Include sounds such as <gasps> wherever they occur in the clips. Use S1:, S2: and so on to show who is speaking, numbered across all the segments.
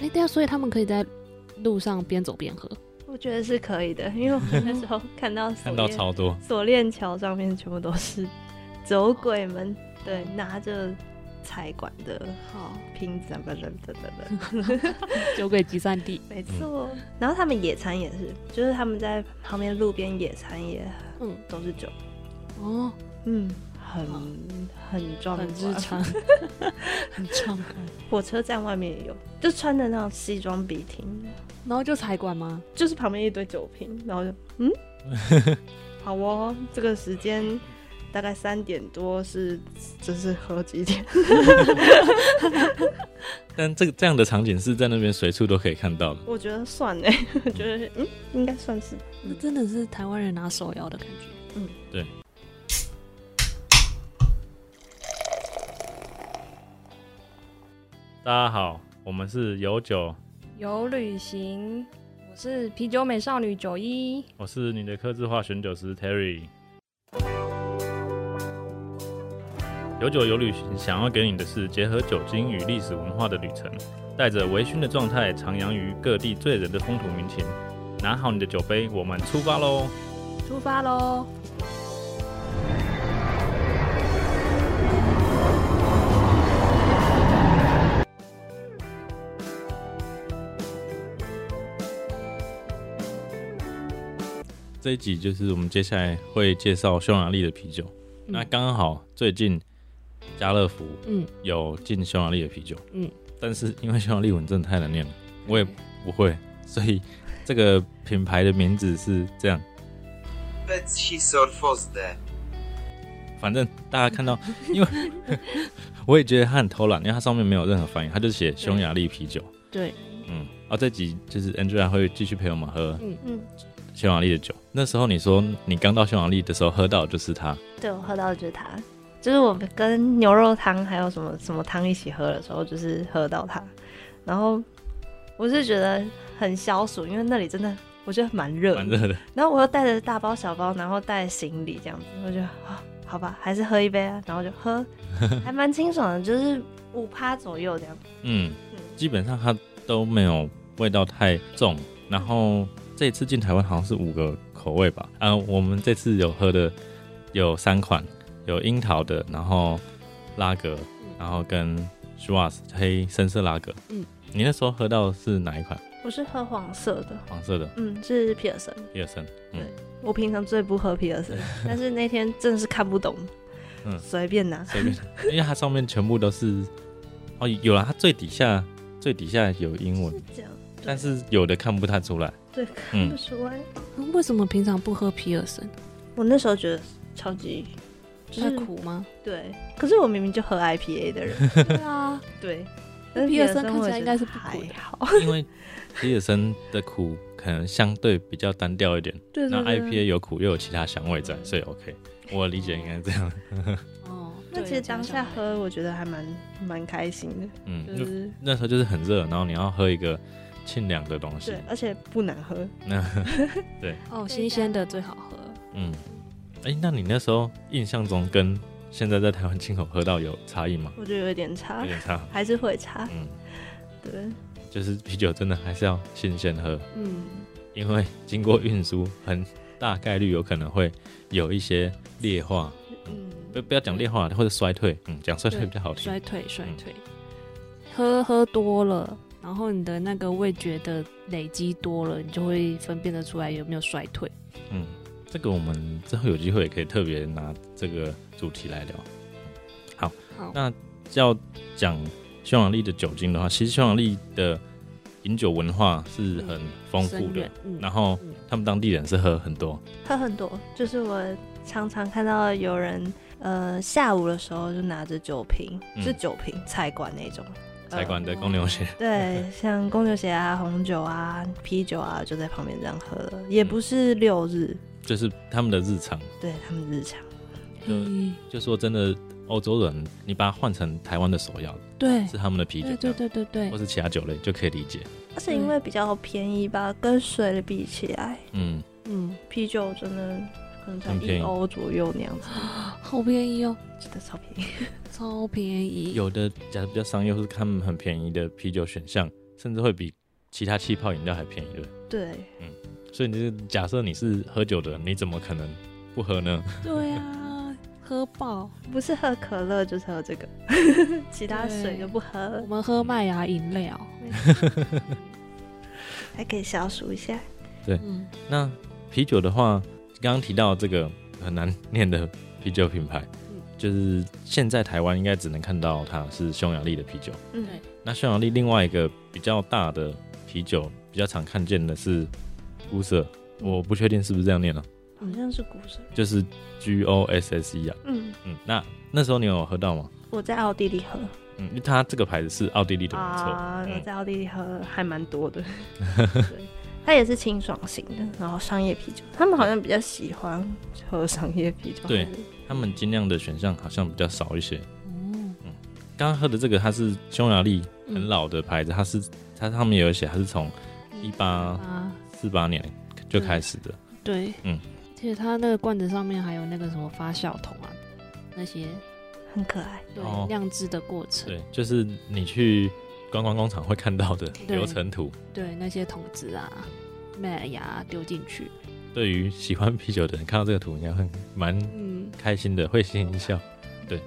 S1: 哎、对啊，所以他们可以在路上边走边喝。
S2: 我觉得是可以的，因为我们那时候看
S1: <laughs>
S2: 到锁
S3: 看到
S2: 链
S3: 超多，
S2: 锁链桥上面全部都是走鬼
S1: 嗯
S2: 们，对，拿着财管的
S1: 好，
S2: 瓶子啊，不不
S1: <laughs>
S2: 不不不，
S1: 酒鬼集散地。
S2: 没错。然后他们野餐也是，就是他们在旁边路边野餐也
S1: 嗯，
S2: 都是酒，
S1: 哦，
S2: 嗯，很很壮
S1: 很
S2: 观，
S1: 日 <laughs> 常，很畅快。
S2: 火车站外面也有，就穿的那种西装笔挺，
S1: 然后就财管吗？
S2: 就是旁边一堆酒瓶，然后就 <laughs> 嗯，好哦，这个时间大概三点多是就是喝几点， <laughs>
S3: 但这个这样的场景是在那边随处都可以看到的。
S2: 我觉得算哎，我觉得嗯应该算是，
S1: 那真的是台湾人拿手摇的感觉。
S3: 大家好，我们是有酒，
S4: 有旅行，我是啤酒美少女九一。
S3: 我是你的客制化选酒师 Terry。有酒有旅行，想要给你的是结合酒精与历史文化的旅程，带着微醺的状态，徜徉于各地醉人的风土民情。拿好你的酒杯，我们出发喽！
S4: 出发喽！
S3: 这一集就是我们接下来会介绍匈牙利的啤酒。
S1: 嗯
S3: 那刚好最近家乐福
S1: 嗯，
S3: 有进匈牙利的啤酒，
S1: 嗯，
S3: 但是因为匈牙利文真的太难念了，我也不会，所以这个品牌的名字是这样。
S5: Betsi Solfosde.
S3: 反正大家
S1: <laughs>
S3: 看到，因为 <laughs> 我也觉得他很偷懒，因为它上面没有任何翻译，他就写匈牙利啤酒。
S1: 对，
S3: 嗯，啊，这集就是 Angela 会继续陪我们喝
S2: 嗯，
S3: 匈牙利的酒。那时候你说你刚到匈牙利的时候喝到的就是它，
S2: 对我喝到的就是它，就是我们跟牛肉汤还有什么什么汤一起喝的时候，就是喝到它，然后我是觉得很消暑，因为那里真的我觉得蛮热的，
S3: 蛮热的。
S2: 然后我又带着大包小包，然后带行李这样子，我就啊，好吧，还是喝一杯啊，然后就喝，还蛮清爽的，就是五趴左右这样。
S3: 嗯，基本上它都没有味道太重。然后这次进台湾好像是五个口味吧？啊，我们这次有喝的有三款，有樱桃的，然后拉格，然后跟 s c h w a r z 黑深色拉格。
S1: 嗯，
S3: 你那时候喝到是哪一款？
S2: 我是喝黄色的，
S3: 黄色的
S2: 嗯，是皮尔森。
S3: 皮尔森。
S2: 我平常最不喝皮尔森，但是那天真的是看不懂，
S3: 嗯
S2: 随便拿。
S3: 随便，因为它上面全部都是哦，有了，它最底下最底下有英文，
S2: 这样，对
S3: 但是有的看不太出来。
S2: 对，看不出来。
S1: 嗯为什么平常不喝皮尔森？
S2: 我那时候觉得超级
S1: 太，苦吗？
S2: 对。可是我明明就喝 IPA 的人，
S1: 对啊，
S2: 对。
S1: 那皮尔森看起来应该是不
S2: 还
S1: 苦的
S2: 好，
S3: 因为皮尔森的苦可能相对比较单调一点，
S2: 对
S3: 那
S2: 对对
S3: IPA 有苦又有其他香味在，所以 OK，我理解应该是这样。
S1: <laughs> 哦，
S2: 那其实当下喝，我觉得还蛮蛮开心的。
S3: 嗯，
S2: 就
S3: 就是那时候就是很热，然后你要喝一个清凉的东西
S2: 对，，而且不难喝。
S3: 那
S1: 哦，新鲜的最好喝。
S3: 嗯，哎、那你那时候印象中跟现在在台湾进口喝到有差异吗？
S2: 我觉得有点差
S3: 有，点差，
S2: 还是会差。
S3: 嗯，
S2: 对，
S3: 就是啤酒真的还是要新鲜喝，
S1: 嗯，
S3: 因为经过运输，很大概率有可能会有一些劣化，
S2: 嗯，
S3: 不不要讲劣化或者衰退，嗯，讲衰退比较好听
S1: 衰。退衰退，嗯喝喝多了，然后你的那个味觉的累积多了，你就会分辨得出来有没有衰退。
S3: 嗯，这个我们之后有机会也可以特别拿这个主题来聊。好，
S1: 好
S3: 那要讲匈牙利的酒精的话，其实匈牙利的饮酒文化是很丰富
S1: 深
S3: 的
S1: 远，，嗯，
S3: 然后
S1: 嗯
S3: 他们当地人是喝很多，
S2: 喝很多，就是我常常看到有人，呃，下午的时候就拿着酒瓶，
S3: 嗯
S2: 是酒瓶菜馆那种，呃
S3: 才管
S1: 嗯
S3: 的公牛血，
S2: 对，像公牛血啊、红酒啊、啤酒啊，就在旁边这样喝了，也不是六日，
S3: 就是他们的日常。
S2: 对他们日常，
S1: 嗯
S3: 就说真的，欧洲人你把它换成台湾的手摇，
S1: 对
S3: 是他们的啤酒
S1: 哎对，对对对对
S3: 或，是其他酒类就可以理解。
S2: 而且因为比较便宜吧，跟水的比起来，
S3: 嗯，
S1: 嗯，
S2: 啤酒真的可能才
S3: 很便宜
S2: 一欧左右那
S3: <gasps>
S2: 样子，
S1: 好便宜哦，
S2: 真的超便宜。
S1: 超便宜。
S3: 有的假如比较商业，或是他们很便宜的啤酒选项，甚至会比其他气泡饮料还便宜的。
S2: 对，
S3: 所以你就是假设你是喝酒的人，你怎么可能不喝呢？
S1: 对啊，喝爆！
S2: 不是喝可乐就是喝这个， <laughs> 其他水就不喝
S1: 我，们喝麦芽饮料，
S2: 还可以消暑一下。
S1: 嗯，
S3: 那啤酒的话，刚刚提到这个很难念的啤酒品牌，
S1: 嗯
S3: 就是现在台湾应该只能看到它是匈牙利的啤酒。
S2: 嗯
S1: 对
S3: 那匈牙利另外一个比较大的啤酒，比较常看见的是乌瑟，我不确定是不是这样念了、啊
S2: 好像是古水。
S3: 就是 G O S S E 啊。
S2: 嗯，
S3: 嗯，那那时候你有喝到吗？
S2: 我在奥地利喝
S3: 嗯，因为它这个牌子是奥地利的，没错。
S2: 啊，
S3: 嗯
S2: 我在奥地利喝还蛮多
S3: <laughs>
S2: 的。对它也是清爽型的，然后商业啤酒，他们好像比较喜欢喝商业啤酒。
S3: 对他们精酿的选项好像比较少一些。
S1: 嗯，
S3: 刚刚喝的这个，它是匈牙利很老的牌子，它是它上面有写，它是从一八
S1: 啊，
S3: 四八年就开始的。
S1: 对，
S3: 嗯，
S1: 而且它那个罐子上面还有那个什么发酵桶啊，那些
S2: 很可爱。
S1: 对
S3: 哦
S1: 酿制的过程，
S3: 对，就是你去观光工厂会看到的
S1: 对
S3: 流程图。
S1: 对那些桶子啊、麦芽丢进去，
S3: 对于喜欢啤酒的人，看到这个图应该会蛮
S1: 嗯，
S3: 开心的，会心一笑。 <laughs> 对，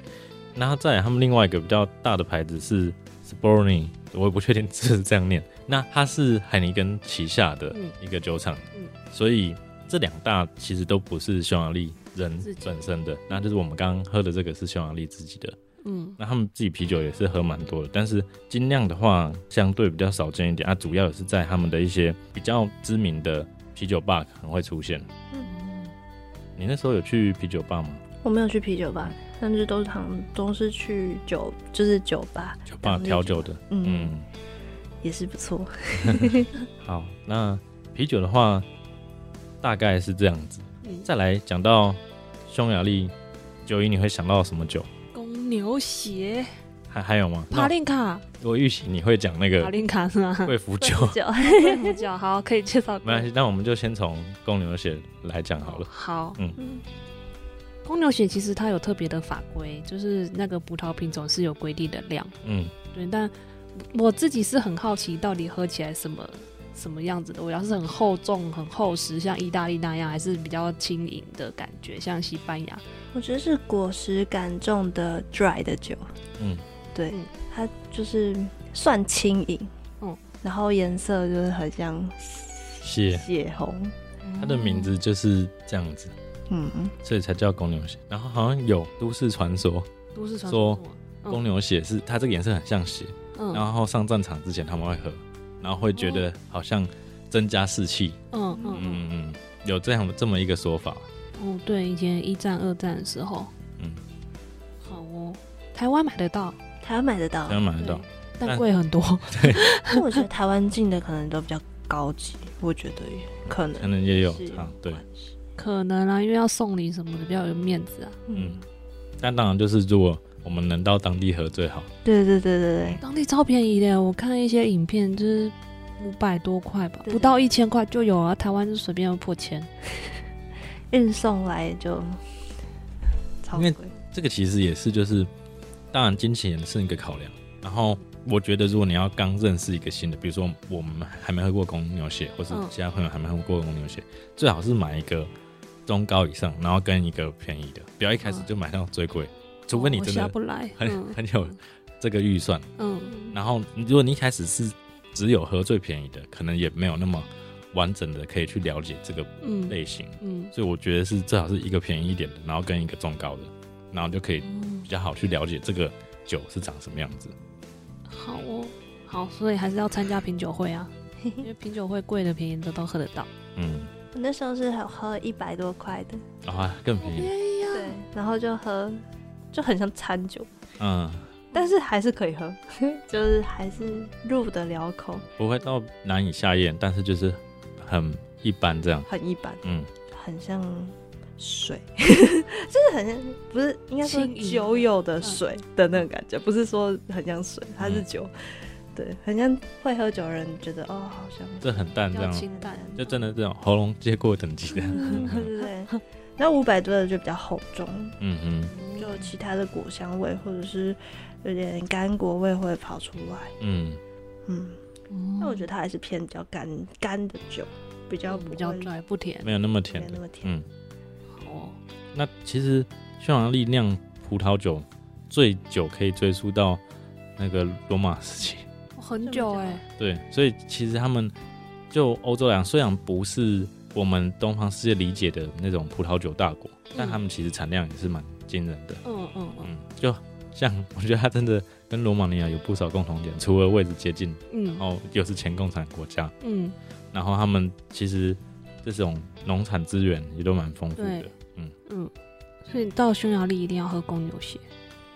S3: 然后再来他们另外一个比较大的牌子是 s p o r n y 我也不确定是不是这样念。那它是海尼根旗下的
S1: 嗯
S3: 一个酒厂，
S1: 嗯
S3: 所以这两大其实都不是匈牙利人
S1: 自己
S3: 本身的，那就是我们刚刚喝的这个是匈牙利自己的。
S1: 嗯，
S3: 那他们自己啤酒也是喝蛮多的，但是精酿的话相对比较少见一点啊，主要也是在他们的一些比较知名的啤酒吧可能会出现。
S1: 嗯
S3: 你那时候有去啤酒吧吗？
S2: 我没有去啤酒吧，甚至都是常都是去酒，就是酒吧。
S3: 酒吧啊调酒的，
S2: 嗯，
S3: 嗯，
S2: 也是不错。
S3: 好，那啤酒的话大概是这样子。
S1: 嗯
S3: 再来讲到匈牙利酒一，你会想到什么酒？
S1: 公牛血、
S3: 还还有吗？
S1: 帕令卡、
S3: 那我预期你会讲那
S1: 帕嗯
S3: 个
S1: 令卡是吗？
S3: 贵腐酒，
S2: 酒， <laughs>
S1: 为什么叫好？可以介绍
S3: 没关系，那我们就先从公牛血来讲好了。
S1: 好，
S3: 嗯
S1: 公牛血其实它有特别的法规，就是那个葡萄品种是有规定的量，
S3: 嗯，
S1: 对。但我自己是很好奇，到底喝起来什么什么样子的味道？是很厚重、很厚实，像意大利那样，还是比较轻盈的感觉，像西班牙？
S2: 我觉得是果实感重的 dry 的酒。
S3: 嗯，
S2: 对
S1: 嗯，
S2: 它就是算轻盈。
S1: 嗯
S2: 然后颜色就是很像
S3: 血，
S2: 血红。
S3: 它的名字就是这样子，
S2: 嗯，
S3: 所以才叫公牛血。然后好像有都市传说，
S1: 都市传
S3: 说啊
S1: 说，嗯
S3: 公牛血是它这个颜色很像血，
S1: 嗯哦
S3: 然后上战场之前他们会喝，然后会觉得好像增加士气。
S1: 嗯嗯嗯，
S3: 嗯嗯，有这样这么一个说法。
S1: 哦，对，以前一战、二战的时候，
S3: 嗯，
S1: 好哦，台湾买得到，
S2: 台湾买得到
S3: 台，湾买得
S1: 对
S3: 到，
S1: 但
S3: 但
S1: 贵很多。
S2: 但我觉得台湾进的可能都比较高级，我觉得也可能
S3: 可能也有
S2: 是
S3: 差。对，
S2: 关系
S1: 可能啊啦，因为要送礼什么的比较有面子啊。
S2: 嗯
S3: 嗯，但当然就是如果我们能到当地喝最好。
S2: 对对对对对，
S1: 当地超便宜的，我看一些影片就是五百多块吧，
S2: 对
S1: 不到一千块就有啊。台湾就随便要破千，
S2: 运送来就超
S3: 因为
S2: 贵。
S3: 这个其实也是就是，当然金钱也是一个考量。然后我觉得如果你要刚认识一个新的，比如说我们还没喝过公牛血，或是
S1: 嗯
S3: 其他朋友还没喝过公牛血，最好是买一个中高以上，然后跟一个便宜的，不要一开始
S1: 嗯
S3: 就买到最贵，除非你
S1: 哦我
S3: 真
S1: 下
S3: 的
S1: 不来。
S3: 很
S1: 嗯
S3: 很有这个预算。
S1: 嗯，
S3: 然后，如果你一开始是只有喝最便宜的，可能也没有那么完整的可以去了解这个
S1: 嗯
S3: 类型，
S1: 嗯
S3: 所以我觉得是最好是一个便宜一点的，然后跟一个中高的，然后就可以
S1: 嗯
S3: 比，较好去了解这个酒是长什么样子。
S1: 好哦，好，所以还是要参加品酒会啊，因为品酒会贵的便宜的都喝得到。
S3: 嗯，
S2: 我那时候是有喝一百多块的，
S3: 然后更便宜，
S1: 宜啊
S2: 对，然后就喝，就很像餐酒，
S3: 嗯，
S2: 但是还是可以喝， <laughs> 就是还是入得了口，
S3: 不会到难以下咽，但是就是很一般这样。
S2: 很一般，
S3: 嗯，
S2: 很像水， <laughs> 就是很像不是应该说
S1: 轻盈
S2: 酒有的水的那种感觉，不是说很像水，它是
S3: 嗯
S2: 酒，对，很像会喝酒的人觉得哦，好像
S3: 这很淡
S1: 比
S3: 这
S1: 较
S3: 样，
S1: 清淡。
S3: 就真的这种喉咙接过
S1: <laughs>
S3: 等级的。
S2: 对对对。然后五百多的就比较厚重，
S3: 嗯嗯
S2: 就有其他的果香味或者是有点干果味会跑出来。
S3: 嗯，
S2: 嗯，
S1: 那
S2: 但我觉得它还是偏比较干干的酒，比较不
S1: 嗯比较
S2: 会
S1: 拽，不甜
S3: 没有那么
S2: 没
S3: 甜
S2: 有那
S3: 的。
S2: 么甜。
S3: 嗯，
S1: 哦。
S3: 那其实匈牙利酿葡萄酒最久可以追溯到那个罗马
S1: <laughs>
S3: 时期。
S1: 很久哎、
S3: 对，所以其实他们就欧洲来讲，虽然不是我们东方世界理解的那种葡萄酒大国，但他们其实产量也是蛮惊人的。
S1: 嗯嗯嗯
S3: 嗯，就像我觉得它真的跟罗马尼亚有不少共同点，除了位置接近，
S1: 嗯
S3: 然后又是前共产国家，
S1: 嗯，
S3: 然后他们其实这种农产资源也都蛮丰富的
S1: 对。，嗯，所以到匈牙利一定要喝公牛血，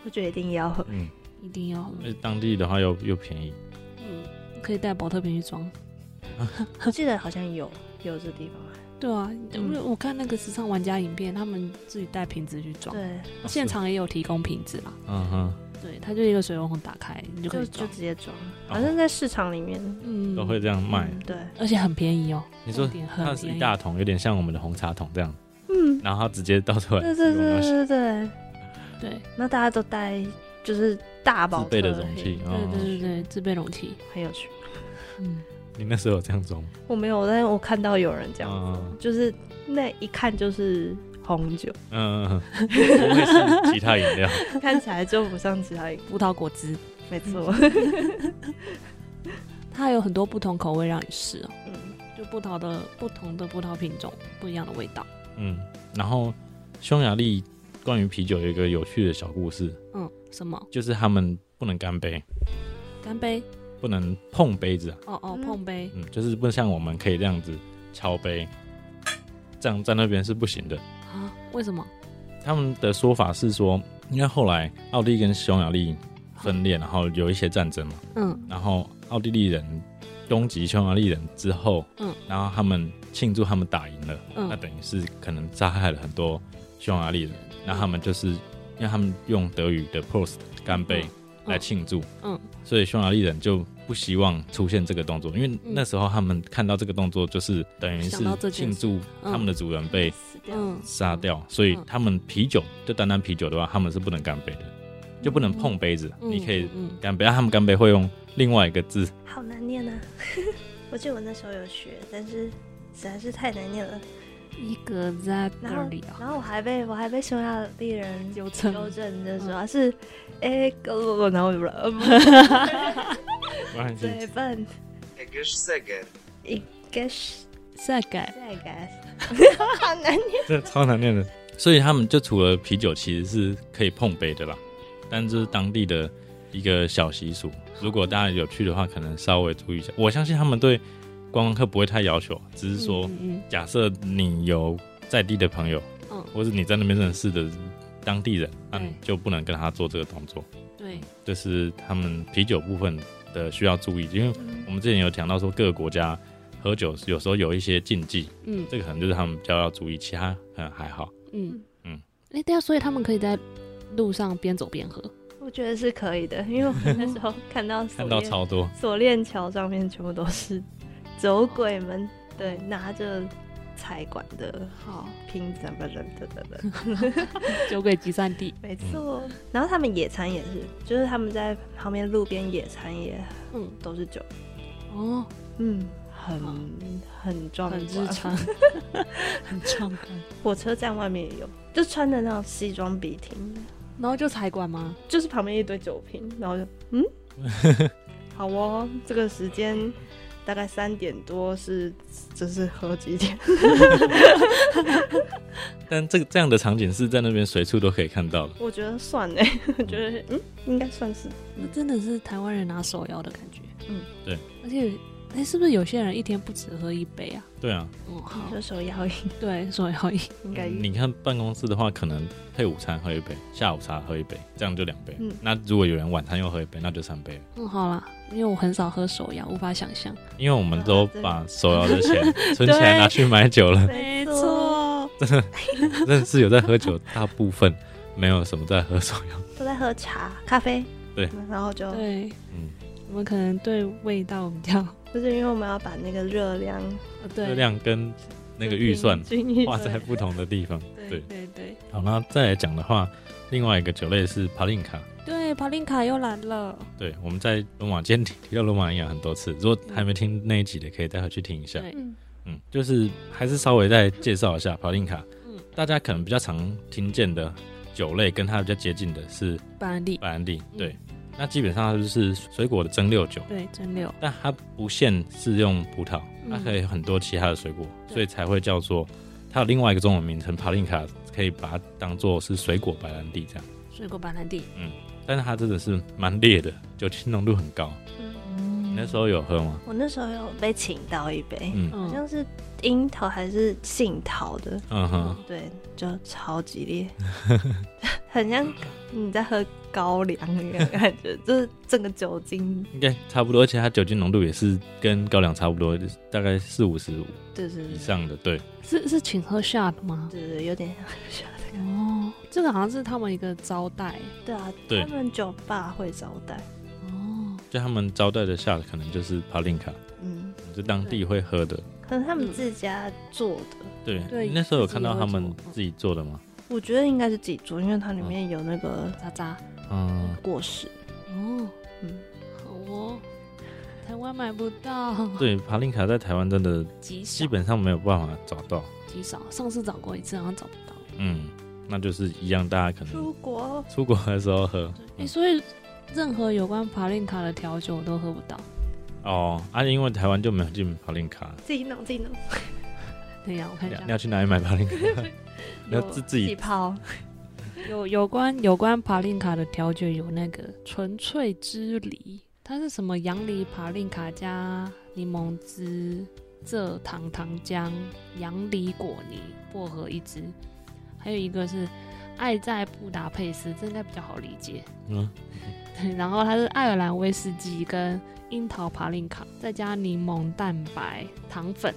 S2: 我觉得一定要喝，
S3: 嗯，
S1: 一定要喝，
S3: 而且当地的话又又便宜，
S1: 嗯，可以带保特瓶去装。
S2: 我记得好像有有这地方啊，
S1: 对啊，因
S2: 嗯
S1: 为我看那个时尚玩家影片，他们自己带瓶子去装，
S2: 对，
S3: 啊
S1: 现场也有提供瓶子啦。
S3: 嗯哼，
S1: 对，它就一个水龙头打开，你就可
S2: 就
S1: 以
S2: 就
S1: 装，
S2: 直接装，
S3: 哦
S2: 好像在市场里面
S1: 嗯，
S3: 都会这样卖。
S2: 嗯对，
S1: 而且很便宜哦。
S3: 你说
S1: 重点很
S3: 它是
S1: 便
S3: 一
S1: 宜，
S3: 大桶，有点像我们的红茶桶这样，
S2: 嗯，
S3: 然后它直接倒出来。
S2: 对对对对
S3: 是
S2: 对，
S1: 对
S2: 那大家都带就是大
S3: 我
S2: 宝
S3: 们自备的容器，，
S1: 对对
S3: 哦
S1: 对对，自备容器，
S2: 很有趣。
S1: 嗯，
S3: 你那时候有这样装吗？
S2: 我没有，但是我看到有人这样做，
S3: 嗯
S2: 就是那一看就是红酒， <laughs>
S3: 嗯，嗯嗯不会是其他饮料。 <laughs>
S2: 看起来就不像其他饮，
S1: 葡萄果汁，
S2: 没错，
S1: 它有很多不同口味让你试哦，
S2: <laughs> 嗯，
S1: 就不同的不同的葡萄品种，不一样的味道。
S3: 嗯，然后匈牙利关于啤酒有一个有趣的小故事，
S1: 嗯，什么
S3: 就是他们不能干杯，
S1: 干杯？
S3: 不能碰杯子啊，
S1: 哦哦，
S2: 嗯
S1: 碰杯。
S3: 嗯，就是不像我们可以这样子敲杯，这样在那边是不行的。
S1: 啊？为什么？
S3: 他们的说法是说，因为后来奥地利跟匈牙利分裂，然后有一些战争嘛，
S1: 嗯
S3: 然后奥地利人攻击匈牙利人之后，
S1: 嗯，
S3: 然后他们庆祝他们打赢了，
S1: 嗯
S3: 那等于是可能杀害了很多匈牙利人，那他们就是因为他们用德语的 “post” 干杯
S1: 嗯
S3: 来庆祝，
S1: 嗯
S3: 所以匈牙利人就不希望出现这个动作，因为那时候他们看到这个动作就是等于
S1: 嗯想到这
S3: 是
S1: 件
S3: 庆
S1: 事
S3: 祝他们的主人被
S2: 死掉，
S1: 嗯，
S3: 杀掉，所以
S1: 嗯
S3: 他们啤酒就单单啤酒的话，他们是不能干杯的，就不能碰杯子，
S1: 嗯
S3: 你可以
S1: 嗯
S3: 干杯，但他们干杯会用另外一个字。
S2: 好难念啊！ <laughs> 我记得我那时候有学，但是实在是太难念了。
S1: 一个在
S2: 然
S1: 那
S2: 后
S1: 里，啊，
S2: 然后我还被我还被匈牙利人
S1: 纠正
S2: 纠正的时候，他是哎，我然后我呃不
S3: 不然是
S2: 对笨
S5: Egesh Seger.
S2: ，guess
S1: 再改，
S2: 再 guess，好 <laughs> 难念。
S3: 这超难念的。所以他们就除了啤酒，其实是可以碰杯的啦，但这是当地的一个小习俗。如果大家有去的话，可能稍微注意一下。我相信他们对观光客不会太要求，只是说，
S1: 嗯
S3: 假设你有在地的朋友，
S1: 嗯嗯，
S3: 或者你在那边认识的当地人，那
S1: 对
S3: 你就不能跟他做这个动作。
S1: 对，
S3: 这是他们啤酒部分的需要注意，因为我们之前有讲到说各个国家喝酒有时候有一些禁忌，
S1: 嗯
S3: 这个可能就是他们比较要注意，其他嗯还好。
S1: 嗯嗯
S3: 嗯。
S1: 哎，对啊，所以他们可以在路上边走 <laughs> 边喝。
S2: 我觉得是可以的，因为我那时候看到
S3: 看到超多，
S2: 锁链桥上面全部都是走鬼们，对，拿着财管的
S1: 好，
S2: 瓶子，不不不不不。
S1: 酒鬼集散地。
S2: 没错。然后他们野餐也是，就是他们在旁边路边野餐也
S1: 嗯
S2: 都是酒，
S1: 哦，
S2: 嗯，很很壮
S1: 很日
S2: 观。
S1: 常， <laughs> 很壮观。
S2: 火车站外面也有，就穿的那种西装笔挺，
S1: 然后就财管吗？
S2: 就是旁边一堆酒瓶，然后就嗯， <laughs> 好哦，这个时间。大概三点多是，就是喝几点？
S3: 但这个这样的场景是在那边随处都可以看到的。
S2: <laughs> 我觉得算哎、我觉得嗯，应该算是
S1: 那真的是台湾人拿手摇的感觉。
S2: 嗯，
S3: 对。
S1: 而且，哎，是不是有些人一天不止喝一杯啊？
S3: 对啊，
S1: 嗯，好
S2: 就，手摇饮，
S1: <laughs> 对，手摇饮。
S2: 应该
S3: 你看办公室的话，可能配午餐喝一杯，下午茶喝一杯，这样就两杯。
S2: 嗯
S3: 那如果有人晚餐又喝一杯，那就三杯了。
S1: 嗯，好啦，因为我很少喝手摇，无法想象。
S3: 因为我们都
S2: 啊对
S3: 把手摇的钱存起来拿去买酒了，
S2: 没错，
S3: 真的是有在喝酒，大部分没有什么在喝手摇。
S2: 都在喝茶、咖啡，
S3: 对，
S2: 然后就
S1: 对，
S3: 嗯，
S1: 我们可能对味道比较，
S2: 就是因为我们要把那个热量
S1: 呃
S3: 热
S1: 对，
S3: 量跟那个预算
S2: 均匀
S3: 花在不同的地方。对
S1: 对对对
S3: 好，那再来讲的话，另外一个酒类是帕林卡，
S1: 对耶，帕林卡又来了。
S3: 对，我们在罗马，今天提提到罗马尼亚很多次，如果还没听那一集的，可以待会去听一下。
S1: 对
S4: 嗯
S3: 嗯，就是还是稍微再介绍一下跑林卡。
S1: 嗯
S3: 大家可能比较常听见的酒类，跟它比较接近的是
S1: 白兰地，
S3: 白兰地。
S1: 嗯
S3: 对，那基本上它就是水果的蒸馏酒，
S1: 对，蒸馏，
S3: 但它不限是用葡萄，它可以有很多其他的水果，
S1: 嗯对
S3: 所以才会叫做它有另外一个中文名称跑林卡，可以把它当做是水果白兰地这样。
S1: 水果白兰地，
S3: 但是它真的是蛮烈的，酒精浓度很高。你那时候有喝吗？
S2: 我那时候有被请到一杯，
S3: 嗯
S2: 好
S1: 嗯，
S2: 像是樱桃还是杏桃的，
S3: 嗯哼，
S2: 对，就超级
S3: <laughs>
S2: 烈，很像你在喝高粱一样的感觉，就是整个酒精，
S3: 应该差不多，而且它酒精浓度也是跟高粱差不多，大概四五十
S2: 对对
S3: 以
S2: 对
S3: 上的。对，
S1: 是是请喝 shot 吗？
S2: 对对，有点像。
S1: 哦，这个好像是他们一个招待。
S2: 对啊，
S3: 对
S2: 他们酒吧会招待，
S1: 哦，
S3: 就他们招待的下的可能就是帕林卡，
S2: 嗯，
S3: 就当地会喝的。
S2: 可能他们自家做的，
S3: 对，
S1: 对
S3: 你那时候有看到他
S1: 自
S3: 们
S1: 己会做
S3: 自己做的吗？
S2: 我觉得应该是自己做，因为它里面有那个
S1: 渣渣，
S3: 嗯，
S2: 果实，
S1: 哦，
S2: 嗯，
S1: 好哦，台湾买不到，
S3: 对，帕林卡在台湾真的
S1: 极少
S3: 基，本上没有办法找到。
S1: 极少。上次找过一次，好像找不到。
S3: 嗯，那就是一样，大家可能
S2: 蔬果，
S3: 出国的时候喝。
S1: 哎、所以任何有关法令卡的调酒我都喝不到。
S3: 哦，啊，因为台湾就没有进帕林卡，
S2: 自己弄自己弄，
S1: 等一下，我看
S3: 你
S1: 一
S3: 要
S1: 下
S3: 你。要去哪里买帕林卡？你要自自
S2: 自己
S3: 己
S2: 泡，
S1: 有有关有关帕令卡的调酒有那个纯粹之梨，它是什么杨梨帕令卡加柠檬汁、蔗糖糖浆、杨梨果泥、薄荷一支，还有一个是爱在布达佩斯，这应该比较好理解。
S3: 嗯，
S1: 对，然后它是爱尔兰威士忌跟樱桃帕令卡，再加柠檬蛋白、糖粉，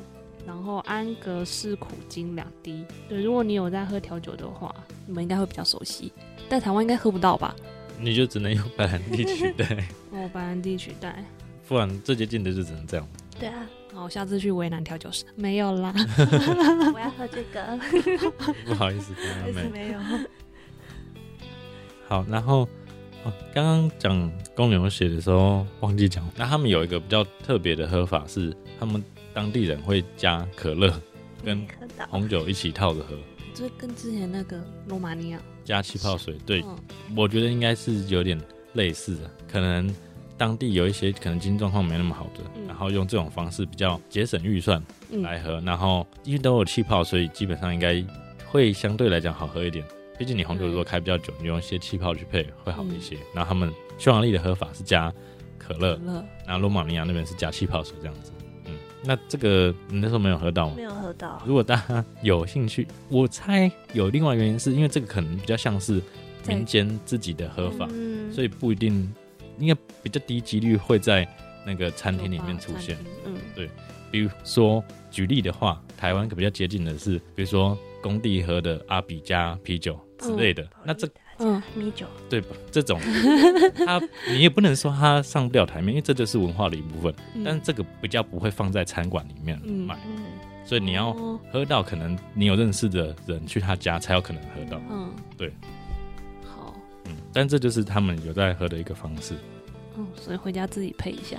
S1: 然后安格士苦精两滴。对，如果你有在喝调酒的话，你们应该会比较熟悉，但台湾应该喝不到吧？
S3: 你就只能用白兰地取 <laughs> 代，
S1: 哦，白兰地取代。
S3: 不然最接近的就只能这样。
S2: 对啊，
S1: 好，我下次去为难调酒师。没有啦，
S2: 我要喝这个，
S3: 不好意思，刚
S2: 还
S3: 刚
S2: 是
S3: <laughs> 没。
S2: 没有，
S3: 好，然后哦，刚刚讲公牛血的时候忘记讲，那他们有一个比较特别的喝法是，他们当地人会加可乐跟哦
S2: 没喝到，
S3: 红酒一起套着喝，
S1: <laughs> 这跟之前那个罗马尼亚，
S3: 加气泡水。对，
S1: 嗯
S3: 我觉得应该是有点类似的，可能当地有一些可能经济状况没那么好的，
S1: 嗯
S3: 然后用这种方式比较节省预算来
S1: 嗯，
S3: 喝，然后因为都有气泡，所以基本上应该会相对来讲好喝一点。毕竟你红酒如果开比较久，你用一些气泡去配会好一些。然后他们匈牙利的喝法是加可
S1: 可
S3: 乐，
S1: 乐
S3: 然后罗马尼亚那边是加气泡水这样子。嗯，那这个你那时候没有喝到吗
S2: 没？有喝到，
S3: 如果大家有兴趣，我猜有另外一个原因是因为这个可能比较像是
S1: 在
S3: 民间自己的喝法，
S2: 嗯，
S3: 所以不一定，应该比较低几率会在那个餐厅里面出现。，
S1: 嗯，
S3: 比如说举例的话，台湾可比较接近的是，比如说工地喝的阿比加啤酒之类的。那这
S1: 嗯
S2: 米酒，
S3: 对吧？这种 <laughs> 它你也不能说它上不了台面，因为这就是文化的一部分。
S1: 嗯
S3: 但这个比较不会放在餐馆里面
S1: 嗯
S3: 卖，
S2: 嗯，
S3: 所以你要
S1: 哦
S3: 喝到可能你有认识的人去他家才有可能喝到。
S1: 嗯，
S3: 对，
S1: 好，
S3: 嗯，但这就是他们有在喝的一个方式。
S1: 嗯，所以回家自己配一下。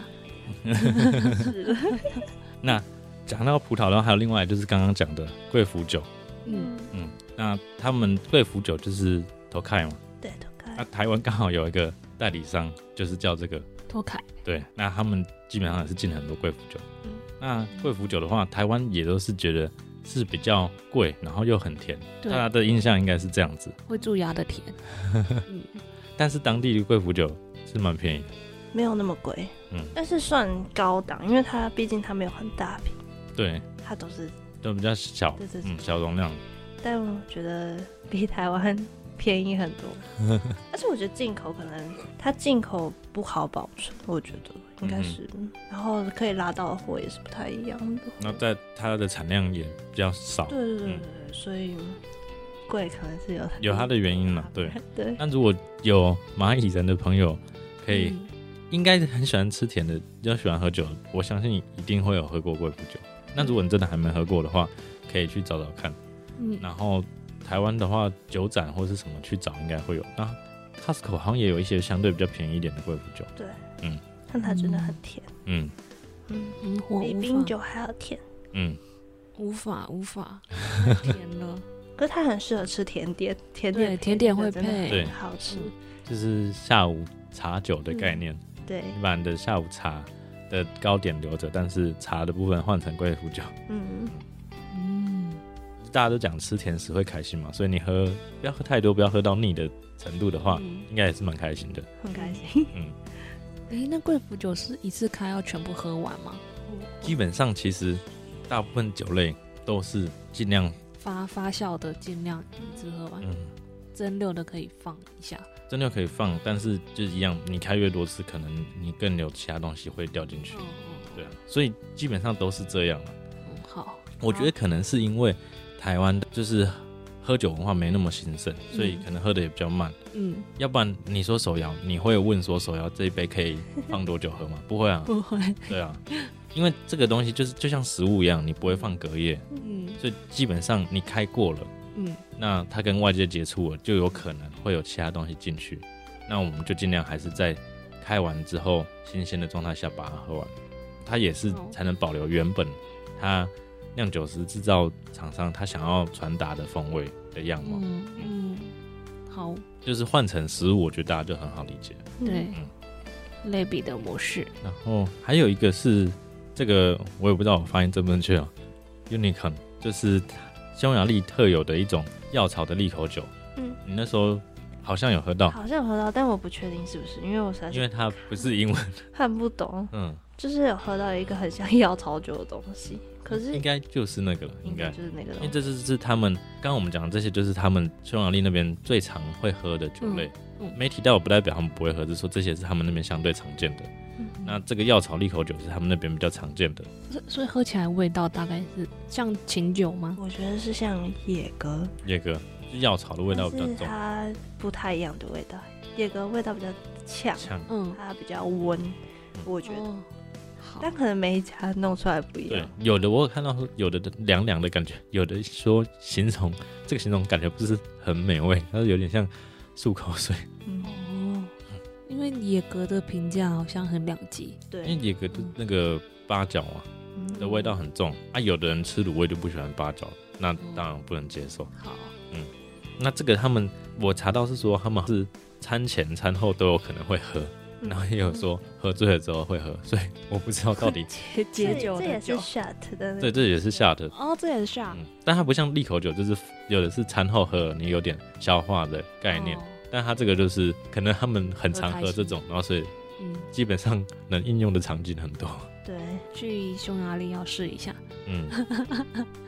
S2: 是，
S3: 那讲到葡萄，然后还有另外就是刚刚讲的贵腐酒，
S1: 嗯，
S3: 嗯，那他们贵腐酒就是头开嘛，
S2: 对，都可以
S3: 那、啊台湾刚好有一个代理商，就是叫这个，
S1: 托凯，
S3: 对，那他们基本上也是进很多贵腐酒。
S2: 嗯
S3: 那贵腐酒的话，台湾也都是觉得是比较贵，然后又很甜，大
S1: 对，
S3: 家的印象应该是这样子。
S1: 会蛀牙的甜。嗯，
S3: 但是当地的贵腐酒是蛮便宜的，
S2: 没有那么贵，
S3: 嗯
S2: 但是算高档，因为它毕竟它没有很大瓶，
S3: 对，
S2: 它都是，
S3: 都比较小
S2: 对对，对
S3: 嗯，小容量。
S2: 但我觉得比台湾便宜
S3: <laughs>
S2: 很多，而且我觉得进口可能它进口不好保存，我觉得应
S3: 嗯
S2: 该是，然后可以拉到的货也是不太一样的，
S3: 那在它的产量也比较少，
S2: 对对对对，对所以贵可能是有它
S3: 有它的原因了。对，
S2: <laughs> 对，
S3: 那如果有蚂蚁人的朋友，可以、
S1: 嗯
S3: 应该很喜欢吃甜的，比较喜欢喝酒，我相信一定会有喝过贵腐酒。那如果你真的还没喝过的话，可以去找找看。
S1: 嗯，
S3: 然后台湾的话，酒展或是什么去找应该会有。那 Costco 好像也有一些相对比较便宜一点的贵腐酒。
S2: 但它真的很甜，
S3: 嗯
S2: 嗯，
S1: 嗯，我
S2: 比
S1: 无
S2: 冰
S1: 法，
S2: 酒还要甜。
S3: 嗯，
S1: 无法，无
S3: <laughs>
S1: 法，太甜了。
S2: 可是它很适合吃甜点，甜
S1: 对
S2: 点
S1: 甜点会
S2: 真的
S1: 配嗯
S3: 对
S2: 很好吃。
S3: 就是下午茶酒的概念，
S2: 对，
S3: 你把你的下午茶的糕点留着，但是茶的部分换成贵腐酒。 <laughs>
S2: 嗯，
S1: 嗯，
S3: 大家都讲吃甜食会开心嘛，所以你喝不要喝太多，不要喝到腻的程度的话，
S1: 嗯
S3: 应该也是蛮开心的。
S2: 很开心。
S1: 诶，那贵腐酒是一次开要全部喝完吗？
S3: 基本上其实大部分酒类都是尽量，
S1: 发发酵的尽量一次喝完，
S3: 嗯，
S1: 蒸馏的可以放一下。
S3: 真的可以放，但是就是一样，你开越多次，可能你更有其他东西会掉进去
S1: 嗯。嗯
S3: 对啊，所以基本上都是这样了。
S1: 嗯，好，
S3: 我觉得可能是因为台湾就是喝酒文化没那么兴盛，所以
S1: 嗯
S3: 可能喝的也比较慢。
S1: 嗯，
S3: 要不然你说手摇，你会问说手摇这一杯可以放多久喝
S1: <laughs>
S3: 吗？不会啊，
S1: 不会，
S3: 对啊，因为这个东西就是就像食物一样，你不会放隔夜，
S1: 嗯
S3: 所以基本上你开过了，
S1: 嗯
S3: 那它跟外界接触了，就有可能会有其他东西进去。那我们就尽量还是在开完之后新鲜的状态下把它喝完，它也是
S1: 哦
S3: 才能保留原本它酿酒师制造厂商他想要传达的风味的样貌。
S1: 嗯嗯，好，
S3: 就是换成食物，我觉得大家就很好理解。
S1: 对
S3: 嗯，
S1: 类比的模式，
S3: 然后还有一个是这个，我也不知道我发音正不正确啊，unicorn 就是匈牙利特有的一种药草的利口酒。
S2: 嗯，
S3: 你那时候好像有喝到，
S2: 好像有喝到，但我不确定是不是，因为我实在
S3: 因
S2: 是
S3: 为它不是英文，
S2: 看不懂。
S3: 嗯，
S2: 就是有喝到一个很像药草酒的东西，可是
S3: 应该就是那个了，应
S2: 嗯应
S3: 该
S2: 该。就是那个
S3: 因
S2: 东
S3: 为
S2: 西。
S3: 这是是他们刚刚我们讲的这些，就是他们匈牙利那边最常会喝的酒类。
S1: 嗯嗯
S3: 没提到我不代表他们不会喝，只是说这些是他们那边相对常见的。那这个药草利口酒是他们那边比较常见的。
S1: 所以所以喝起来味道大概是像琴酒吗？
S2: 我觉得是像野格，
S3: 叶哥，就是药草的味道比较
S2: 但是
S3: 重，
S2: 它不太一样的味道。野格味道比较呛，
S3: 像
S1: 嗯，
S2: 它比较温，我觉得。
S1: 哦，好，
S2: 但可能每一家弄出来不一
S3: 对
S2: 样。，
S3: 有的我有看到说有的凉凉的感觉，有的说形容这个形容感觉不是很美味，它是有点像漱口水。
S2: 嗯，
S1: 哦，因为野格的评价好像很两极，
S3: 因
S2: 对，
S3: 为野格的那个八角啊
S2: 嗯
S3: 的味道很重啊，有的人吃卤味就不喜欢八角，那当然不能接受。
S1: 好，
S3: 那这个他们我查到是说他们是餐前餐后都有可能会喝，
S2: 嗯
S1: 嗯
S3: 然后也有说喝醉了之后会喝， <laughs> 所以我不知道
S1: <laughs>
S3: 到底
S1: 解
S2: 这
S1: 解酒
S2: 这也
S1: 的
S2: 是
S1: 酒，
S2: shot 的那
S3: <laughs> 对，这也是下的。
S1: 哦，这也是啊，
S3: 嗯，但它不像利口酒，就是有的是餐后喝，你有点消化的概念。
S1: 哦，
S3: 但它这个就是可能他们很常
S1: 喝开
S3: 喝
S1: 心
S3: 这种，然后所以
S1: 嗯，
S3: 基本上能应用的场景很多。
S2: 对，
S1: 去匈牙利要试一下， <laughs>
S3: 嗯，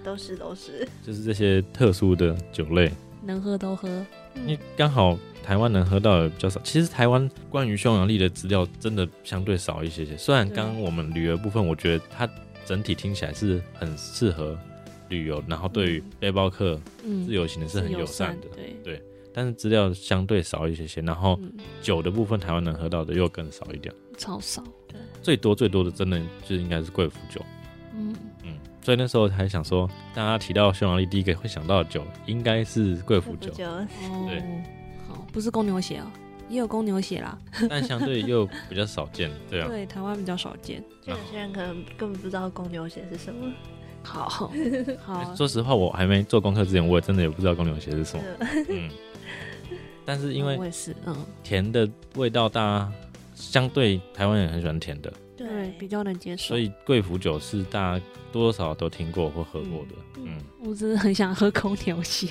S2: 都是都是。
S3: 就是这些特殊的酒类，
S1: 能喝都喝，
S3: 因为刚好台湾能喝到的比较少。其实台湾关于匈牙利的资料真的相对少一些些。虽然
S1: 对
S3: 刚刚我们旅游部分，我觉得它整体听起来是很适合旅游，然后对于
S1: 嗯
S3: 背包客
S1: 嗯，
S3: 自由行的是很
S1: 是
S3: 友
S1: 友
S3: 善的。哦
S1: 对，
S3: 但是资料相对少一些些，然后
S1: 嗯，
S3: 酒的部分台湾能喝到的又更少一点，
S1: 超少，
S3: 最多最多的真的就应该是贵腐酒，
S1: 嗯，
S3: 嗯，所以那时候还想说，大家提到匈牙利第一个会想到的酒应该是贵腐酒，
S2: 就
S3: 对
S1: 哦，好，不是公牛血啊，也有公牛血啦，
S3: 但相对又比较少见，对啊，
S1: 对，台湾比较少见。
S2: 就有些人可能根本不知道公牛血是什么，
S1: <laughs> 好好，
S3: 哎说实话，我还没做功课之前，我也真的也不知道公牛血是什么，
S2: <laughs>
S1: <laughs>
S2: 是
S3: 嗯，但是因
S1: 嗯
S3: 为
S1: 我也是，嗯，
S3: 甜的味道，大家相对台湾人很喜欢甜的，
S1: 对，比较能接受。
S3: 所以贵腐酒是大家多多少少都听过或喝过的，
S2: 嗯
S3: 嗯
S1: 我真的很想喝公牛 <laughs> 血，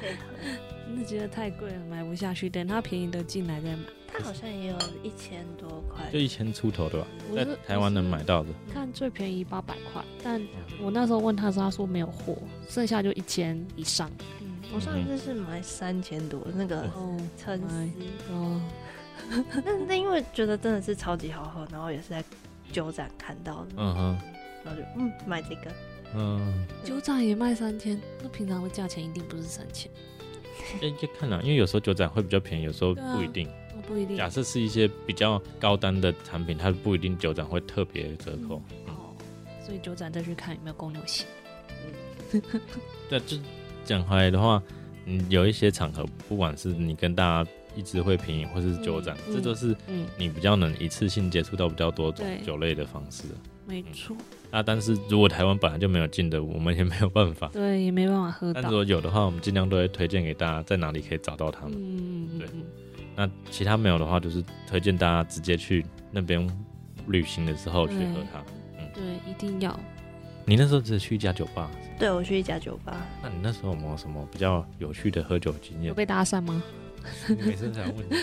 S2: 可以喝。
S1: 真的觉得太贵了，买不下去。等它便宜的进来再买。
S2: 它好像也有一千多块
S3: 就，一千出头的吧，
S1: 我
S3: 在
S1: 是
S3: 台湾能买嗯到的。
S1: 看最便宜八百块，但我那时候问他的时候，他说没有货，剩下就一千以上。
S2: 嗯，我上次是买三千多那个
S1: 哦
S2: 陈
S1: 哎
S2: 思，
S1: 哦，
S2: 但是因为觉得真的是超级好喝，然后也是在酒展看到的，
S3: 嗯哼，
S2: 然后就嗯买这个，
S3: 嗯，
S1: 酒展也卖三千，那平常的价钱一定不是三千，
S3: 要要看啦，因为有时候酒展会比较便宜，有时候
S1: 对啊
S3: 不一定。
S1: 哦不一定。
S3: 假设是一些比较高单的产品，它不一定酒展会特别折扣。
S1: 哦，所以酒展再去看有没有公牛血。
S3: 对，就讲回来的话，嗯，有一些场合，不管是你跟大家一支会品饮或是酒展，
S1: 嗯
S3: 这都是
S1: 嗯，
S3: 你比较能一次性接触到比较多种
S1: 对
S3: 酒类的方式。
S1: 没
S3: 嗯
S1: 错，
S3: 那但是如果台湾本来就没有进的，我们也没有办法。
S1: 对，也没办法喝
S3: 但
S1: 到
S3: 如。果有的话，我们尽量都会推荐给大家在哪里可以找到他们。
S1: 嗯，嗯
S3: 对
S1: 嗯
S3: 那其他没有的话，就是推荐大家直接去那边旅行的时候去喝它。
S1: 嗯对，一定要。
S3: 你那时候只去一家酒吧，
S2: 对我去一家酒吧，
S3: 那你那时候有没有什么比较有趣的喝酒经验
S1: <laughs> 有？被搭讪吗？
S3: 你每次想
S1: <laughs>
S3: 问你，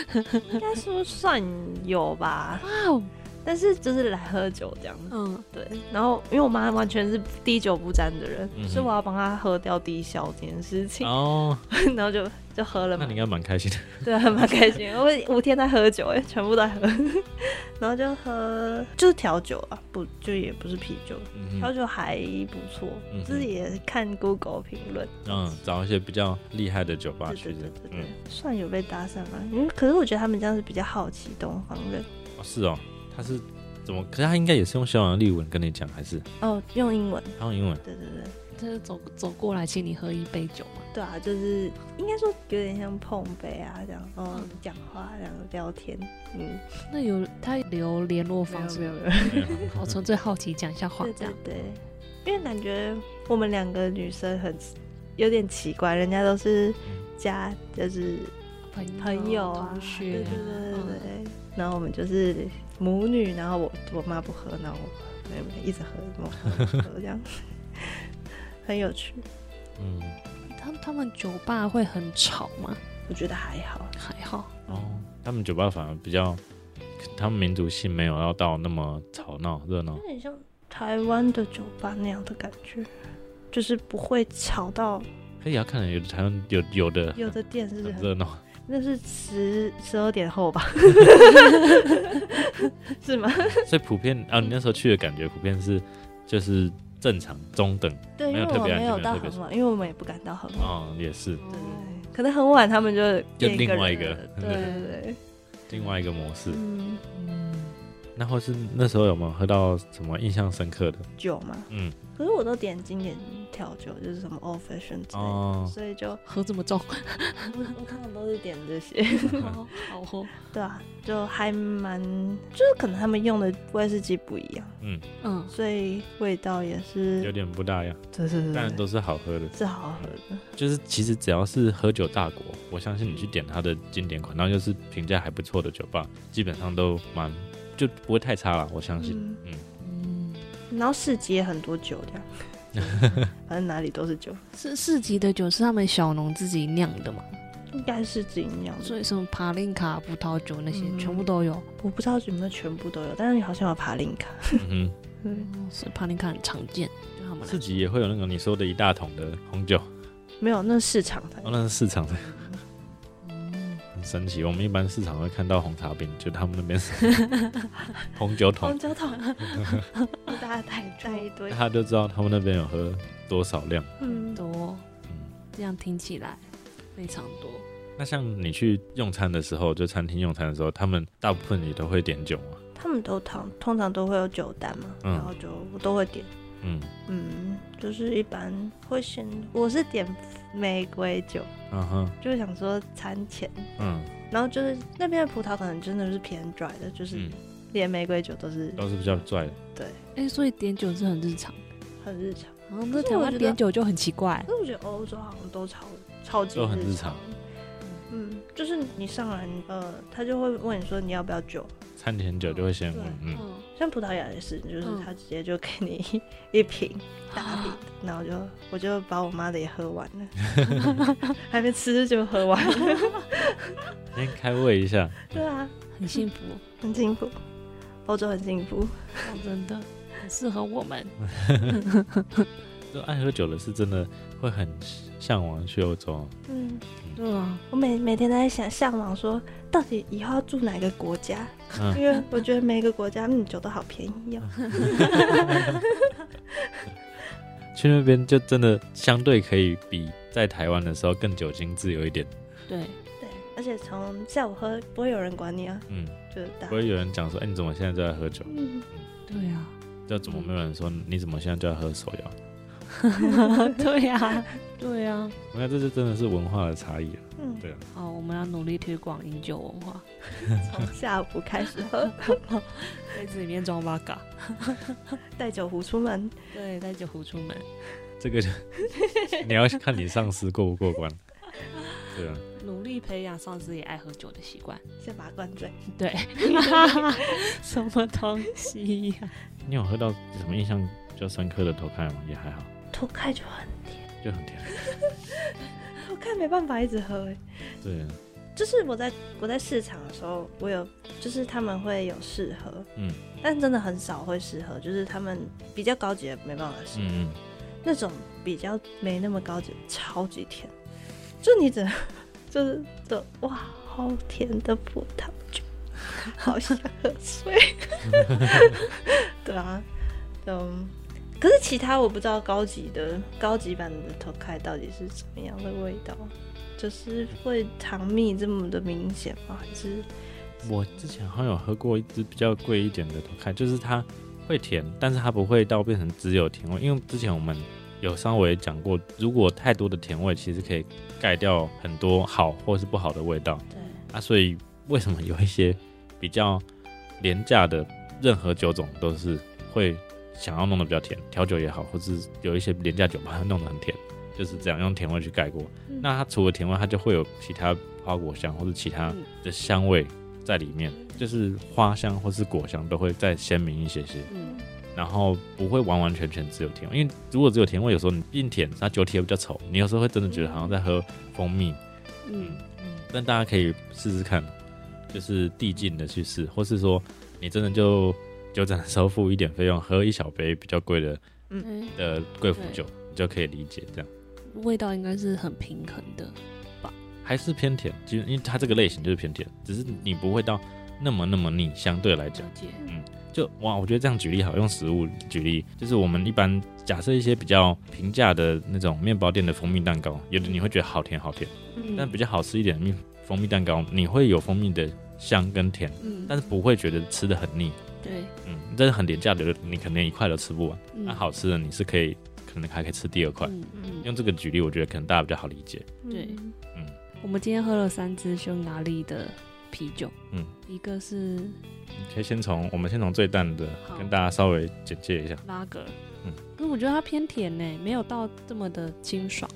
S2: 应该说算有吧，
S1: 哇哦，
S2: 但是就是来喝酒这样子。
S1: 嗯，
S2: 对，然后因为我妈完全是滴酒不沾的人，
S3: 嗯哼
S2: 所以我要帮她喝掉低消这件事情，
S3: 哦，
S2: 然后就就喝了
S3: 那
S2: 嘛
S3: 你应，该蛮开心的。
S2: 对，还蛮开心。我五天在喝酒，哎，全部在喝， <laughs> 然后就喝就是调酒啊，不就也不是啤酒，
S3: 嗯
S2: 调
S3: 哼，
S2: 酒还不错
S3: 嗯，哼
S2: 就是也看 Google 评论，
S3: 嗯，找一些比较厉害的酒吧
S2: 对
S3: 去
S2: 对对对对
S3: 嗯，，
S2: 算有被搭讪吧。因为可是我觉得他们这样是比较好奇东方人，
S3: 哦，是哦，他是怎么？可是他应该也是用小王立文跟你讲，还是
S2: 哦，用英文，
S3: 他用英
S2: <laughs>
S3: 文？
S2: 对对对，
S1: 就是走走过来请你喝一杯酒嘛。
S2: 对啊，就是应该说有点像碰杯啊这样，哦，讲话这样聊天，嗯，
S1: 那有他留联络方式，
S2: 没有没有没有，
S1: 我纯粹好奇讲一下话
S2: 对
S1: 这
S2: 对
S1: 样。
S2: 对，因为感觉我们两个女生很有点奇怪，人家都是加就是
S1: 朋
S2: 朋友啊，
S1: 同
S2: 对
S1: 学啊，
S2: 对对对对
S1: 嗯，
S2: 然后我们就是母女，然后我我妈不喝，然后我我们一直喝，我喝喝这样， <laughs> 很有趣，
S3: <laughs> 嗯，
S1: 他他们酒吧会很吵吗？
S2: 我觉得还好，
S1: 还好，
S3: 哦，他们酒吧反而比较，他们民族性没有要到那么吵闹热闹。
S2: 有点像台湾的酒吧那样的感觉，就是不会吵到
S3: 可以啊，看来有的台湾有有的
S2: 有的店是啊
S3: 很
S2: 很
S3: 热闹，
S2: 那是十十二点
S3: <laughs>
S2: 后吧？是吗？
S3: 所以普遍啊，
S2: 嗯
S3: 你那时候去的感觉普遍是就是正常中等
S2: 对，因
S3: 没
S2: 为
S3: 有特
S2: 我
S3: 别
S2: 没
S3: 安静
S2: 有
S3: 没有
S2: 到
S3: 特别
S2: 很晚，因为我们也不敢到很晚。
S3: 哦，也是
S2: 对对，可能很晚他们就
S3: 就
S2: 变
S3: 另外一
S2: 人
S3: 个
S2: 了对对对，
S3: 另外一个模式。
S2: 嗯，
S3: 那或是那时候有没有喝到什么印象深刻的？
S2: 酒嘛，
S3: 嗯，
S2: 可是我都点经典调酒，就是什么 old fashion 之类的，
S3: 哦，
S2: 所以就
S1: 喝这么重，
S2: 我 <laughs> 我通常都是点这些，
S1: 好好喝。
S2: 对啊，就还蛮，就是可能他们用的威士忌不一样，
S3: 嗯，
S1: <laughs> 嗯，
S2: 所以味道也
S3: 有
S2: 是，
S3: 点不大一样，
S2: 对对
S3: 但
S2: 对，
S3: 都是好喝的。
S2: 是好喝的，
S3: 就是其实只要是喝酒大国，我相信你去点它的经典款，然后又是评价还不错的酒吧，基本上都蛮就不会太差了。我相信，
S2: 嗯
S3: 嗯
S2: 然后市集也很多酒这样，
S3: <laughs>
S2: 反正哪里都是酒，
S1: 是市集的酒是他们小农自己酿的嘛，
S2: 应该是自己酿的。
S1: 所以什么帕林卡、葡萄酒那些
S2: 嗯
S1: 全部都有。
S2: 我不知道有没有全部都有，但是好像有爬林卡。
S3: 嗯
S2: 嗯，
S1: 哦所以帕林卡很常见，对他们
S3: 哼，
S1: 来
S3: 自
S1: 说。
S3: 己也会有那种你说的一大桶的红酒，
S2: 没有，那是市场才
S3: 哦，那是市场的。很神奇，我们一般市场会看到红茶饼，就他们那边是红酒桶
S2: 黄，胶桶，大家带带一堆
S3: 大。家就知道他们那边有喝多少量。
S2: 嗯，
S1: 多，
S3: 嗯，
S1: 这样听起来非常多。
S3: 那像你去用餐的时候，就餐厅用餐的时候，他们大部分也都会点酒嘛。
S2: 他们都通通常都会有酒单嘛，
S3: 嗯
S2: 然后就我都会点。
S3: 嗯
S2: 嗯，就是一般会先，我是点玫瑰酒，
S3: 嗯哼
S2: 就是想说餐前，
S3: 嗯，
S2: 然后就是那边的葡萄可能真的是偏拽的，就是
S3: 嗯哦
S2: 连玫瑰酒都是
S3: 都是比较拽的。
S1: 哎、所以点酒是很日常。
S2: 很日常。
S1: 然后在
S2: 是
S1: 哦台
S2: 我
S1: 湾
S2: 觉得
S1: 点酒就很奇怪
S2: 可，是我觉得欧洲好像都超超级
S3: 都很
S2: 日
S3: 日常。
S2: 嗯，就是你上来，呃，他就会问你说你要不要酒，
S3: 餐前酒就会先问，嗯，
S1: 嗯，
S2: 像葡萄牙也是，就是
S1: 嗯
S2: 他直接就给你 <laughs> 一瓶大瓶，然后我就我就把我妈的也喝完了， <laughs> 还没吃就喝完了， <laughs>
S3: 先开胃一下。
S2: 对啊，
S1: 很幸 <laughs> 福，
S2: 很幸福，欧洲很幸福，
S1: 哦真的很适合我们。
S3: 就爱喝酒的是真的会很向往去欧洲。
S2: 嗯，
S1: 对啊，
S2: 我每每天都在想向往说，到底以后要住哪个国家，
S3: 嗯
S2: 因为我觉得每个国家嗯酒都好便宜哦，
S3: 去那边就真的相对可以比在台湾的时候更酒精自由一点。
S1: 对，
S2: 对，而且从下午喝不会有人管你啊，
S3: 嗯，
S2: 就是大
S3: 不，会有人讲说，哎、你怎么现在就在喝酒？
S2: 嗯，
S1: 对啊，
S3: 就怎么没有人说你怎么现在就在喝手摇？
S1: <laughs> 对啊呀、 <laughs> 对呀、
S3: 我看这就真的是文化的差异了。
S2: 嗯，
S3: 对啊，
S1: 好，我们要努力推广饮酒文化，
S2: 从下午开始喝， <laughs>
S1: 杯子里面装 v 嘎，
S2: 带酒壶出门。
S1: 对，带酒壶出门。
S3: 这个就你要看你上司过不过关。对啊，
S1: 努力培养上司也爱喝酒的习惯。
S2: 先把它灌醉。
S1: 对， <laughs>
S2: <laughs>
S1: 什么东西呀、
S3: 你有喝到什么印象比较深刻的头开吗？也还好，
S2: 脱开就很，
S3: 就很甜。
S2: 脱开没办法一直喝、欸。
S3: 对，
S2: 就是我在我在市场的时候，我有就是他们会有试喝，
S3: 嗯
S2: 但真的很少会试喝，就是他们比较高级的没办法试，
S3: 嗯嗯，
S2: 那种比较没那么高级，超级甜，就你只能 <laughs> 就是的哇，好甜的葡萄酒， <laughs> 好想喝醉。 <laughs> 对啊，嗯，可是其他我不知道高级的高级版的头开到底是怎么样的味道，就是会糖蜜这么的明显吗？还是
S3: 我之前好像有喝过一支比较贵一点的头开，就是它会甜，但是它不会到变成只有甜味，因为之前我们有稍微讲过，如果太多的甜味，其实可以盖掉很多好或是不好的味道。
S2: 对
S3: 啊，所以为什么有一些比较廉价的任何酒种都是会想要弄得比较甜，调酒也好，或是有一些廉价酒把它弄得很甜，就是这样用甜味去盖过。
S2: 嗯
S3: 那它除了甜味，它就会有其他花果香或者其他的香味在里面，就是花香或是果香都会再鲜明一些些。
S1: <laughs> 嗯，
S3: 然后不会完完全全只有甜味，因为如果只有甜味，有时候你硬甜，它酒体也比较稠，你有时候会真的觉得好像在喝蜂蜜。
S1: 嗯
S3: 但大家可以试试看，就是递进的去试，或是说你真的就酒展的时候付一点费用，喝一小杯比较贵的
S1: 嗯，
S3: 的贵腐酒，你就可以理解这样。
S1: 味道应该是很平衡的。
S3: 还是偏甜，就因为它这个类型就是偏甜，只是你不会到那么那么腻，相对来讲
S1: 了。解，
S3: 就哇，我觉得这样举例好，用食物举例，就是我们一般假设一些比较平价的那种面包店的蜂蜜蛋糕，有的你会觉得好甜好甜，
S1: 嗯
S3: 但比较好吃一点的蜜蜂蜜蛋糕，你会有蜂蜜的香跟甜，
S1: 嗯，
S3: 但是不会觉得吃的很腻。
S1: 对，
S3: 嗯，但是很廉价的，你可能一块都吃不完。那、好吃的你是可以，可能还可以吃第二块。
S1: 嗯嗯，
S3: 用这个举例，我觉得可能大家比较好理解。
S1: 对
S2: 嗯
S1: 我们今天喝了三支匈牙利的啤酒，
S3: 嗯，
S1: 一个是
S3: 你可以先从我们先从最淡的
S1: 好
S3: 跟大家稍微简介一下。
S1: 拉格，
S3: 嗯，
S1: 可是我觉得它偏甜呢，没有到这么的清爽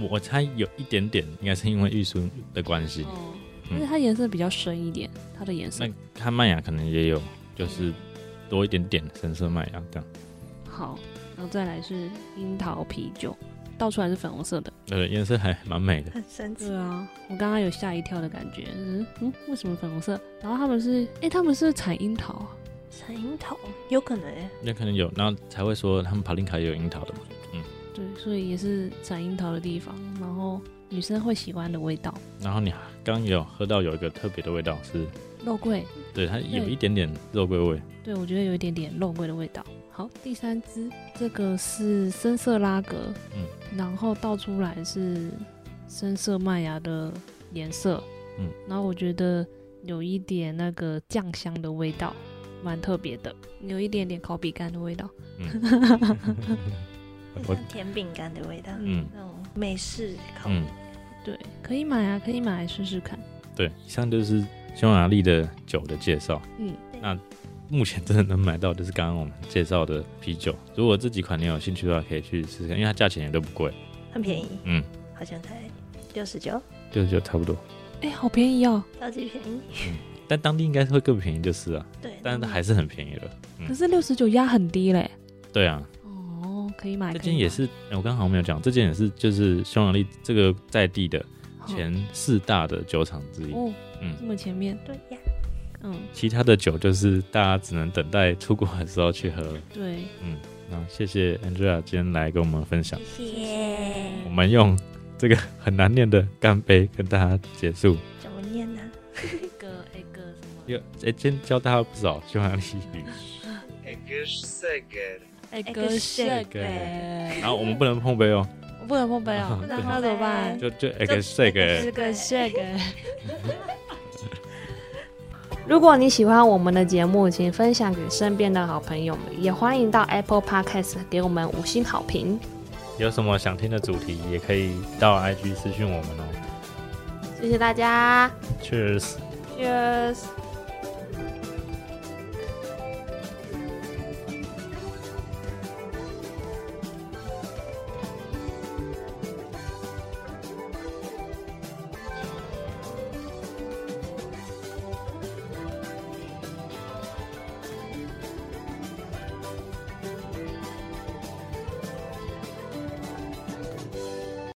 S3: 我我猜有一点点，应该是因为玉苏的关系。
S1: 哦，
S3: 嗯
S1: 但是它颜色比较深一点，它的颜色
S3: 那看麦芽可能也有，就是多一点点深色麦芽这样。
S1: 好，然后再来是樱桃啤酒，倒出来是粉红色的。
S3: 对，颜色还蛮美的。
S2: 很神奇
S1: 对。啊，我刚刚有吓一跳的感觉，嗯嗯，为什么粉红色？然后他们是，哎、他们是产樱桃啊，
S2: 陈樱桃有可能、欸，
S3: 那可能有，然后才会说他们帕林卡也有樱桃的嘛。
S1: 对，所以也是产樱桃的地方，然后女生会喜欢的味道，
S3: 然后你刚刚也有喝到有一个特别的味道是，
S1: 肉桂，
S3: 对，它有
S1: 对
S3: 一点点肉桂味。
S1: 对我觉得有一点点肉桂的味道。好，第三支这个是深色拉格，
S3: 嗯，
S1: 然后倒出来是深色麦芽的颜色，
S3: 嗯，
S1: 然后我觉得有一点那个酱香的味道，蛮特别的，有一点点烤饼干的味道，
S3: 嗯，
S2: 很
S3: 我
S2: 像甜饼干的味道，
S3: 嗯
S2: 那种美式烤。
S3: 嗯，
S1: 对，可以买啊，可以买来试试看。
S3: 对，以上就是匈牙利的酒的介绍。
S1: 嗯，
S3: 那目前真的能买到就是刚刚我们介绍的啤酒。如果这几款你有兴趣的话，可以去试试看，因为它价钱也都不贵，
S2: 很便宜，
S3: 嗯，
S2: 好像才六十九，
S3: 六十九差不多。
S1: 哎、好便宜哦！
S2: 超级便宜。
S3: 但当地应该是会更便宜，就是啊，
S2: 对，
S3: 但是还是很便宜的。
S1: 可是六十九压很低嘞。
S3: 对啊，
S1: 哦，可以买。
S3: 这
S1: 可以
S3: 间
S1: 买
S3: 也，是，哎我刚好没有讲，这间也是就是匈牙利这个在地的
S1: 好
S3: 前四大的酒厂之一。
S1: 哦，
S3: 嗯
S1: 这么前面，
S2: 对呀，
S1: 嗯，
S3: 其他的酒就是大家只能等待出国的时候去喝了。
S1: 对，
S3: 那谢谢 Angela 今天来跟我们分享，
S2: 谢谢。
S3: 我们用这个很难念的干杯跟大家结束。
S2: 怎么念呢、
S1: 一个一个什么？
S3: 有哎、今天教大家不少匈牙利语，
S5: Eggers Seger.
S1: 一
S2: 一个是
S1: 是
S2: 个
S3: 然后我们不能碰杯哦，
S1: 我哎不能碰杯哦，<laughs>
S3: 对
S1: 那那怎么办？
S3: 就就 X 这个
S1: 是个哎 shake。
S4: 如果你喜欢我们的节目，请分享给身边的好朋友们，也欢迎到 Apple Podcast 给我们五星好评。
S3: 有什么想听的主题，也可以到 IG 私讯我们哦。
S6: 谢谢大家。
S3: Cheers。
S4: Cheers。